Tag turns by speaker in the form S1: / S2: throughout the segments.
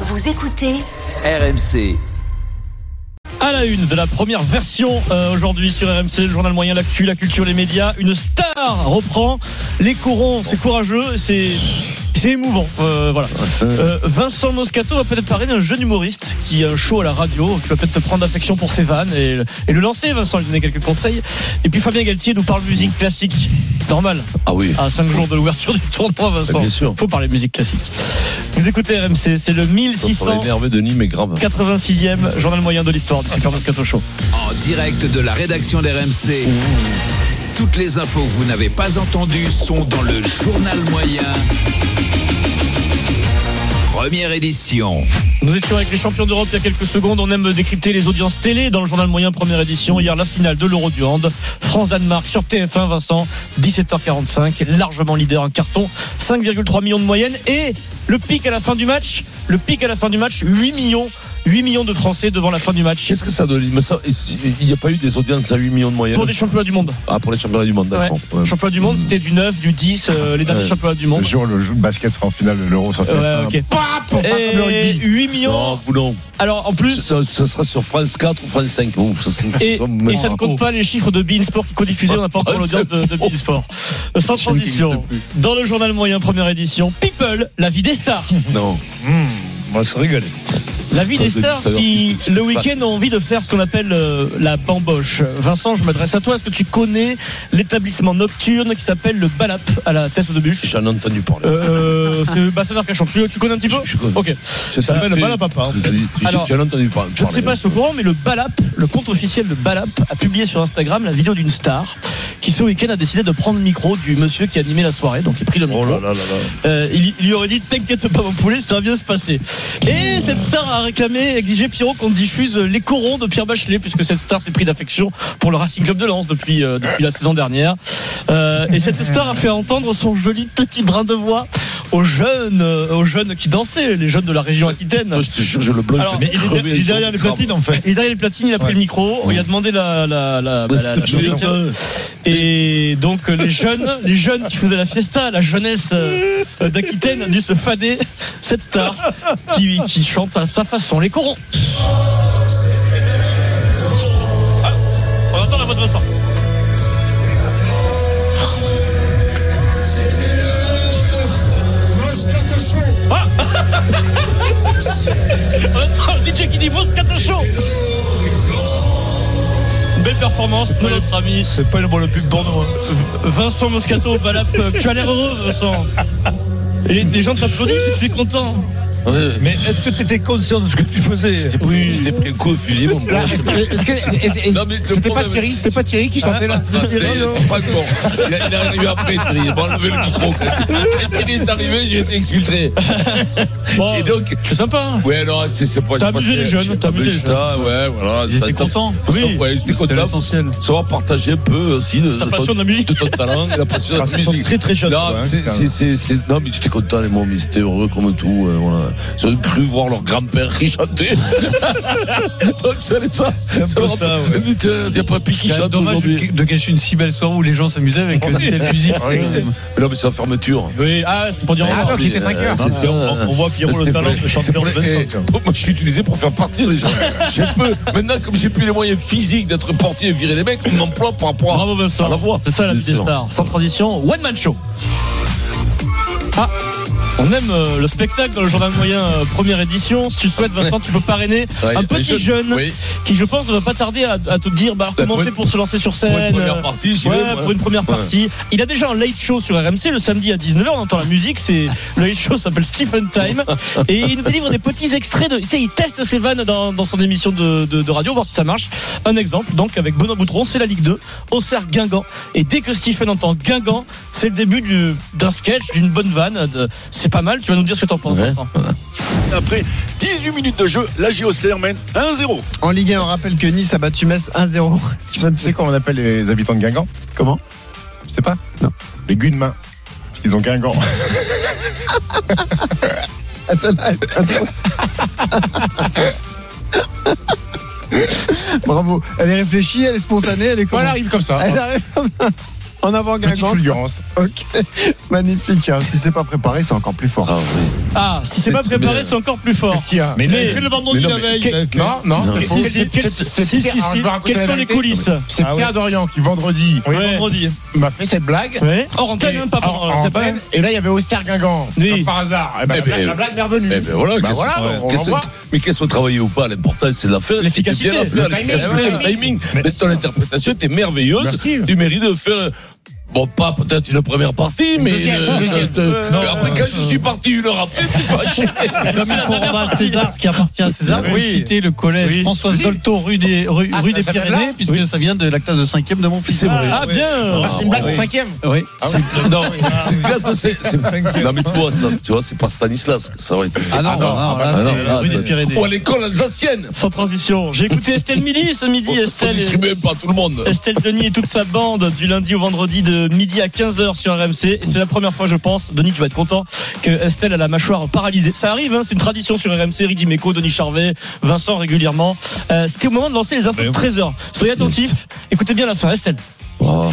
S1: Vous écoutez
S2: RMC.
S3: À la une de la première version euh, aujourd'hui sur RMC, le journal moyen, l'actu, la culture, les médias, une star reprend les corons. C'est courageux, c'est. C'est émouvant, euh, voilà. Euh, Vincent Moscato va peut-être parler d'un jeune humoriste qui a un show à la radio, qui va peut-être prendre affection pour ses vannes et, et le lancer. Vincent lui donner quelques conseils. Et puis Fabien Galtier nous parle musique classique, C'est normal.
S4: Ah oui.
S3: À 5 jours de l'ouverture du tournoi, Vincent.
S4: Bah, bien sûr.
S3: Faut parler musique classique. Vous écoutez RMC, c'est le
S4: Pour
S3: 1600.
S4: énervé Denis, mais grave.
S3: 86e journal moyen de l'histoire du Super Moscato Show.
S2: En direct de la rédaction d'RMC. Toutes les infos que vous n'avez pas entendues sont dans le journal moyen. Première édition.
S3: Nous étions avec les champions d'Europe il y a quelques secondes. On aime décrypter les audiences télé dans le journal moyen première édition. Hier, la finale de l'Euro du Hand. France-Danemark sur TF1, Vincent, 17h45. Largement leader, un carton, 5,3 millions de moyenne. Et le pic à la fin du match, le pic à la fin du match, 8 millions, 8 millions de Français devant la fin du match.
S4: Qu'est-ce que ça donne Mais ça, Il n'y a pas eu des audiences à 8 millions de moyenne
S3: Pour des championnats du monde.
S4: Ah, pour les championnats du monde, d'accord. Ouais.
S3: Championnats du monde, c'était du 9, du 10, euh, les derniers
S4: Ouais.
S3: championnats du monde.
S5: Le jour, le jeu de basket sera en finale de l'Euro sur
S3: Ouais,
S5: TF1.
S3: ok.
S5: Pour faire comme le
S3: Et
S5: rugby.
S3: 8 millions.
S4: Non, vous non.
S3: Alors en plus,
S4: Ça, ça sera sur France 4 ou France 5. Ouh, ça, c'est-
S3: Et,
S4: Mais-
S3: et ça ne compte pas les chiffres de Bein Sport qui codiffusait,
S4: Oh,
S3: on n'a pas encore l'audience de, de Bein Sport. Sans transition, dans le journal moyen première édition, People, la vie des stars.
S4: Non.
S5: On va se rigoler.
S3: La vie des stars qui, le week-end, ont envie de faire ce qu'on appelle euh, la bamboche. Vincent, je m'adresse à toi. Est-ce que tu connais l'établissement nocturne qui s'appelle le Balap à la Teste de Bûche
S4: J'en ai entendu parler.
S3: euh, C'est Bassin Arcachon. Tu, tu connais un petit peu
S4: Je connais.
S3: Ok.
S4: Ça
S3: s'appelle le bal à papa, hein.
S4: Tu- tu- tu-
S3: Alors,
S4: J'en ai entendu parler.
S3: Je ne sais pas si au courant, mais le Balap, le compte officiel de Balap, a publié sur Instagram la vidéo d'une star qui ce week-end a décidé de prendre le micro du monsieur qui animait la soirée, donc il a pris le micro. Euh, il, il lui aurait dit T'inquiète pas, mon poulet, ça va bien se passer. Et cette star a réclamé, exigé Pierrot qu'on diffuse les corons de Pierre Bachelet, puisque cette star s'est pris d'affection pour le Racing Club de Lens depuis, euh, depuis la saison dernière. Euh, et cette star a fait entendre son joli petit brin de voix aux jeunes, euh, aux jeunes qui dansaient, les jeunes de la région aquitaine.
S4: Moi, je te jure, je le bloque.
S3: Alors,
S4: je vais
S3: mais il est-
S4: crever,
S3: il est
S4: je
S3: derrière les
S4: grave.
S3: platines, Et derrière les platines, il a pris le micro, il a demandé la, la, la, bah, la- la chanson. Et donc euh, les jeunes, les jeunes qui faisaient la fiesta, la jeunesse euh, euh, d'Aquitaine a dû se fader cette star qui, qui chante à sa façon les corons. Ah, on entend la voix de Vincent. Ah On entend le DJ qui dit Moscato Show Belle performance de notre ami. C'est pas le bon le plus pour nous. hein. Vincent Moscato, Balap, euh, tu as l'air heureux, Vincent. Et les- les gens t'applaudissent et tu es content.
S4: Ouais.
S3: Mais est-ce que tu étais conscient de ce que tu faisais
S4: J'étais pris, j'étais pris un coup au fusil, mon
S6: Là,
S4: père.
S6: est-ce que- est-ce que- est-ce-
S4: Non, mais le
S6: C'était pas
S4: problème-
S6: Thierry, c'était pas Thierry qui chantait là.
S4: Ah, c'était- pas que bon. Il a- il est arrivé après, Thierry. Il m'a enlevé le micro. Quand Thierry est arrivé, j'ai été exfiltré. Et donc,
S3: C'est sympa. hein.
S4: Ouais, non, c'est c'est pas.
S3: T'as
S4: c'est pas-
S3: amusé les
S4: c'est-
S3: jeunes,
S4: c'est-
S3: t'as amusé les
S4: ça, Ouais, voilà.
S3: Ils
S4: ça-
S3: étaient
S4: ça-
S3: contents.
S4: ça-
S3: Oui.
S4: ouais, ils étaient contents.
S3: C'est l'essentiel.
S4: Savoir partager un peu aussi de,
S3: Ta
S4: de
S3: passion
S4: ton,
S3: de la musique.
S4: de ton talent et la passion de la
S5: Parce qu'ils sont
S4: musique.
S3: Très hein, très jeune.
S4: Non,
S5: ouais,
S4: c'est,
S5: quand
S4: c'est,
S5: même.
S4: c'est, c'est- non, mais j'étais content, les mômes, ils étaient heureux comme tout. euh, voilà. Ils ont cru voir leur grand-père qui chantait. Donc, ça, les- ça,
S3: un peu
S4: leur-
S3: ça, ouais.
S4: Dites, euh, Il n'y a pas Pique qui chante aujourd'hui. Ah
S3: de gâcher une si belle soirée où les gens s'amusaient avec une telle musique.
S4: Mais Non, mais c'est la fermeture.
S3: Ah, Oui, ah, c'est pour dire au
S6: Ah,
S3: revoir.
S6: donc il était 5
S4: Euh,
S6: heures.
S4: c'est ça.
S3: On, on voit Pierrot le
S4: C'était
S3: talent
S4: pour-
S3: de
S4: c'est
S3: chanteur
S4: pour
S3: de
S4: les- eh,
S3: Vincent.
S4: Moi, je suis utilisé pour faire partir les gens. J'ai peu. Maintenant, comme j'ai plus les moyens physiques d'être portier et virer les mecs, on m'emploie par rapport à.
S3: Bravo Vincent.
S4: à la voix.
S3: C'est ça la
S4: Bien
S3: petite
S4: sûr.
S3: star. Sans transition, One Man Show. Ah, on aime euh, le spectacle dans le journal moyen euh, première édition. Si tu le souhaites, Vincent, tu peux parrainer
S4: Ouais,
S3: un
S4: les
S3: petit jeune
S4: Oui.
S3: qui, je pense, ne va pas tarder à, à te dire bah, comment
S4: pour
S3: on
S4: une-
S3: fait pour se lancer sur
S4: Pour une
S3: scène.
S4: première
S3: euh,
S4: partie, j'y
S3: Ouais,
S4: vais, moi.
S3: pour une première partie. Il a déjà un late show sur RMC le samedi à 19h. On entend la musique. C'est le late show s'appelle Stephen Time et il nous délivre des petits extraits. De, tu sais, il teste ses vannes dans, dans son émission de, de- de radio, voir si ça marche. Un exemple donc avec Benoît Boutron, c'est la Ligue 2, Auxerre Guingamp. Et dès que Stephen entend Guingamp, c'est le début du- d'un sketch, d'une bonne vanne. de- C'est pas mal. Tu vas nous dire ce que t'en penses,
S4: Ouais.
S3: Vincent.
S7: Après 18 minutes de jeu, la JOCR mène 1-0.
S8: En Ligue 1, on rappelle que Nice a battu Metz 1-0.
S5: Steven, tu sais comment on appelle les habitants de Guingamp
S8: Comment
S5: Je sais pas
S8: Non.
S5: Les Gunma. Ils ont Guingamp.
S8: Ah, celle-là, elle- attends. Bravo. Elle est réfléchie, elle est spontanée, elle est
S6: Voilà,
S8: comment
S6: arrive comme ça.
S8: Elle arrive. En avant
S5: Petite
S8: Guingamp.
S5: fulgurance.
S8: Ok. Magnifique. hein. Si c'est pas préparé, c'est encore plus fort.
S4: Ah oui.
S3: Ah, si c'est pas préparé, c'est encore plus fort.
S5: Qu'est-ce qu'il y a
S3: Mais il a fait le vendredi la veille. il avait fait.
S5: Non, non.
S4: Non.
S5: il faut-
S3: Si, si, quel-
S5: c'est- c'est
S3: si,
S5: Pierre-
S3: si,
S5: ah, je
S3: si.
S5: vais raconter
S3: Quelles
S5: la
S3: sont les
S5: vérité.
S3: coulisses
S5: C'est
S3: Ah ouais.
S5: Pierre Dorian qui vendredi
S3: Oui,
S5: vendredi,
S3: vendredi.
S5: m'a fait cette blague.
S3: Ouais. Hors
S5: Et-
S3: antenne, hein, pas par-
S5: en- en
S3: c'est pas
S5: antenne. Et là, il y avait Auxerre Guingamp.
S3: Oui.
S5: Comme Par hasard. Eh ben,
S4: Eh
S5: la
S4: ben,
S5: blague- la blague m'est revenue.
S4: Eh ben voilà,
S5: Bah
S4: qu'est-ce-
S5: voilà,
S4: ouais.
S5: on
S4: qu'est-ce-
S5: l'envoie.
S4: mais qu'elle soit travaillée ou pas, l'important c'est de la faire,
S3: L'efficacité,
S4: bien la
S3: le
S4: faire,
S3: timing,
S4: l'efficacité,
S3: ouais,
S4: le timing. Mais ton interprétation était merveilleuse,
S5: Merci.
S4: tu mérites de faire, bon, pas peut-être une première partie, mais euh,
S6: deuxième,
S4: une-
S6: deuxième.
S4: de- de-
S3: Non,
S4: après quand je suis parti une heure après, tu vas enchaîner.
S1: Ah, Comme il faut rendre à César ce qui appartient à César,
S3: Oui.
S1: vous citez le collège
S3: Oui.
S1: Françoise Dolto rue des, rue,
S6: Ah,
S1: rue
S6: ça
S1: des
S6: s'appelle
S1: Pyrénées, puisque ça vient de la classe de 5 de mon fils.
S3: Ah, ah, bien
S1: Ah,
S6: C'est une blague
S1: oui.
S6: de cinquième.
S1: Oui.
S4: C'est- Non, c'est une classe, c'est, c'est- non mais tu vois, ça, tu vois, c'est pas Stanislas, que ça aurait été.
S1: Ah non,
S5: Ah non,
S1: non,
S5: ah
S1: là,
S4: bah non,
S1: c'est
S4: là,
S1: rue
S4: c'est-
S1: des Pyrénées.
S4: Ou à l'école alsacienne.
S3: Sans transition. J'ai écouté Estelle Midi ce
S4: Faut,
S3: midi.
S4: faut
S3: Estelle,
S4: distribuer pas à tout le monde.
S3: Estelle Denis et toute sa bande du lundi au vendredi de midi à 15h sur RMC. Et c'est la première fois, je pense, Denis, tu vas être content, que Estelle a la mâchoire paralysée. Ça arrive, hein, c'est une tradition sur RMC. Ricky Meco, Denis Charvet, Vincent régulièrement. Euh, C'était au moment de lancer les infos de 13h. Soyez attentifs. Écoutez bien la fin, Estelle.
S4: Oh.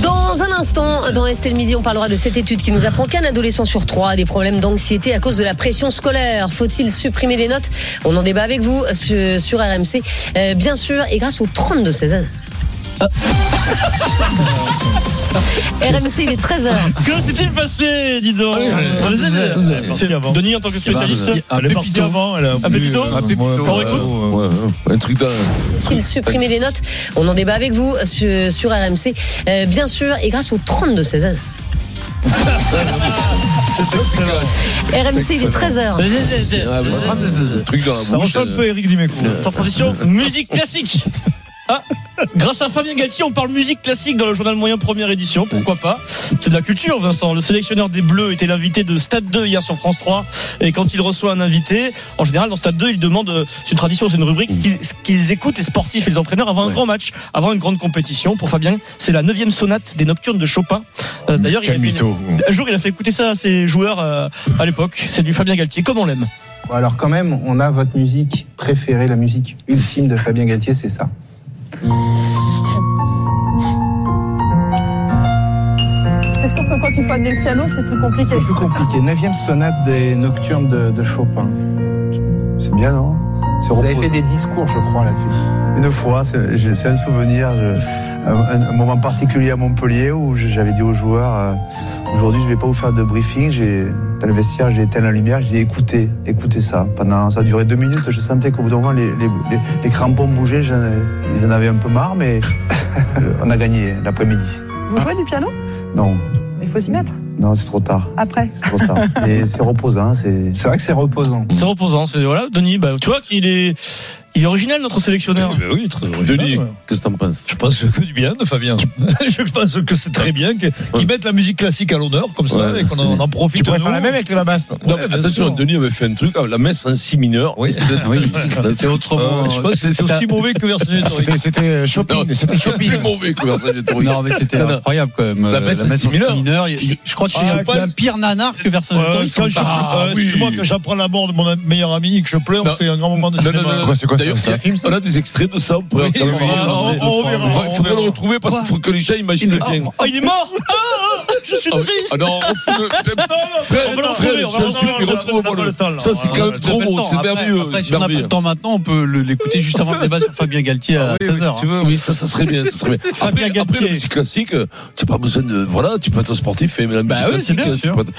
S9: Dans un instant, dans Estelle Midi, on parlera de cette étude qui nous apprend qu'un adolescent sur trois a des problèmes d'anxiété à cause de la pression scolaire. Faut-il supprimer les notes On en débat avec vous euh, sur, sur RMC, euh, bien sûr, et grâce au 32 16 RMC, il est 13h.
S3: Que s'est-il passé, dis donc C'est- Denis, en tant que spécialiste,
S1: Un pépito.
S3: un peu plus
S1: euh,
S3: tôt On
S4: Ouais,
S3: écoute
S4: ouais, ouais, un truc dans.
S9: Faut-il supprimer les notes On en débat avec vous sur, sur RMC, euh, bien sûr, et grâce au 32 16 RMC, il est 13h.
S4: Ouais, mais c'est un truc dans la
S1: Ça
S4: bouche,
S1: ressemble un
S4: euh.
S1: peu à Eric Dimeco.
S3: Sans transition, musique classique. Ah, grâce à Fabien Galtier, on parle musique classique dans le journal moyen première édition. Pourquoi pas C'est de la culture, Vincent. Le sélectionneur des Bleus était l'invité de Stade 2 hier sur France 3. Et quand il reçoit un invité, en général, dans Stade 2, il demande, euh, c'est une tradition, c'est une rubrique, ce qu'ils- ce qu'ils écoutent les sportifs et les entraîneurs avant un
S4: Ouais.
S3: grand match, avant une grande compétition. Pour Fabien, c'est la neuvième sonate des Nocturnes de Chopin. Euh, D'ailleurs, il a
S5: Quel
S3: fait une-
S5: mytho.
S3: un jour, il a fait écouter ça à ses joueurs euh, à l'époque. C'est du Fabien Galtier, comme on l'aime.
S10: Bon, Alors quand même, on a votre musique préférée, la musique ultime de Fabien Galtier, c'est ça.
S11: C'est sûr que quand il faut amener le piano, c'est plus compliqué.
S10: C'est plus compliqué. Neuvième sonate des Nocturnes de, de Chopin.
S8: C'est bien, non C'est
S10: Vous avez fait des discours, je crois, là-dessus.
S8: Une fois, c'est je- c'est un souvenir, je- un, un moment particulier à Montpellier où je- j'avais dit aux joueurs euh, aujourd'hui, je vais pas vous faire de briefing. J'ai dans le vestiaire, j'ai éteint la lumière, j'ai dit écoutez, écoutez ça. Pendant ça a duré deux minutes, je sentais qu'au bout d'un moment les, les- les- les crampons bougeaient, j'en ai- ils en avaient un peu marre, mais euh, on a gagné l'après-midi.
S11: Vous jouez du piano
S8: Non,
S11: Il faut s'y mettre
S8: non, c'est trop tard,
S11: après.
S8: c'est trop tard. Et c'est reposant, c'est
S10: C'est vrai que c'est reposant.
S1: Mm.
S3: C'est reposant, c'est voilà, Denis, bah, tu vois qu'il est il est original notre sélectionneur.
S4: Eh
S1: Ben oui, très
S4: Denis,
S1: original, ouais.
S4: qu'est-ce que t'en penses
S1: Je pense que du bien de Fabien. Je pense que c'est très bien que- qu'ils mettent la musique classique à l'honneur comme ça
S4: Ouais,
S1: et qu'on
S4: c'est
S1: en,
S4: bien.
S1: en profite.
S5: Tu pourrais faire
S1: nous.
S5: la même avec les babasses.
S4: Non,
S1: Ouais,
S4: mais
S1: bien
S4: attention,
S1: sûr. Ah
S4: Denis avait fait un truc, ah, la messe en si mineur. Oui, c'était
S1: C'était autrement. Euh, Je pense que c'était aussi mauvais que version
S3: Ah,
S1: historique.
S5: Ah, C'était- C'était Chopin. C'était Chopin.
S4: plus mauvais que Versailles de Tourisme.
S1: Non, mais c'était
S4: Non, non.
S1: incroyable quand même.
S4: La
S1: Euh,
S4: messe
S1: en
S4: similaire.
S1: si mineur, il- il- Je crois que
S4: Ah, je
S1: c'est un
S4: pense-
S1: pire nanar que vers
S4: Ah, oui.
S1: euh, Excuse-moi, quand j'apprends la mort de mon am- meilleur ami et que je pleure,
S4: Non.
S1: c'est un grand moment de
S4: Non, non,
S1: cinéma.
S4: non, non.
S5: Quoi, c'est quoi,
S4: D'ailleurs,
S5: c'est un
S4: il y a- on a des extraits de ça, on pourrait
S1: Oui,
S4: en
S1: on
S4: parler.
S1: verra, on- on verra,
S4: Il
S1: on
S4: faudrait
S1: verra.
S4: le retrouver parce qu'il faut que les gens imaginent
S1: Ah,
S4: bien.
S3: Oh, il est mort Ah, ah, Je suis
S4: Ah oui.
S3: triste
S4: Ah non, on fout le-
S1: Eh,
S3: on va le
S4: Frère,
S3: retrouver,
S4: frère,
S3: on
S4: je
S3: va
S4: te jure,
S3: le retrouver,
S4: il
S3: on va
S4: retrouve
S3: le
S4: le
S3: retrouve.
S4: Ça, c'est
S1: Ah,
S4: quand
S1: on a
S4: même
S1: le
S4: trop beau,
S1: temps.
S4: c'est
S1: Après-
S4: merveilleux.
S1: Après, si
S4: c'est
S1: on n'a pas
S4: merveilleux.
S1: le temps maintenant, on peut le- l'écouter juste avant le débat sur Fabien Galtier à 16h.
S4: Ah Oui, ça, ça serait bien, ça serait bien.
S1: Fabien
S4: Après, après
S1: Galtier.
S4: la musique classique, euh, t'as pas besoin de, voilà, tu peux être sportif et aimer la musique
S1: Bah
S3: oui, c'est
S4: classique.
S3: bien,
S4: tu
S3: sûr.
S4: peux être-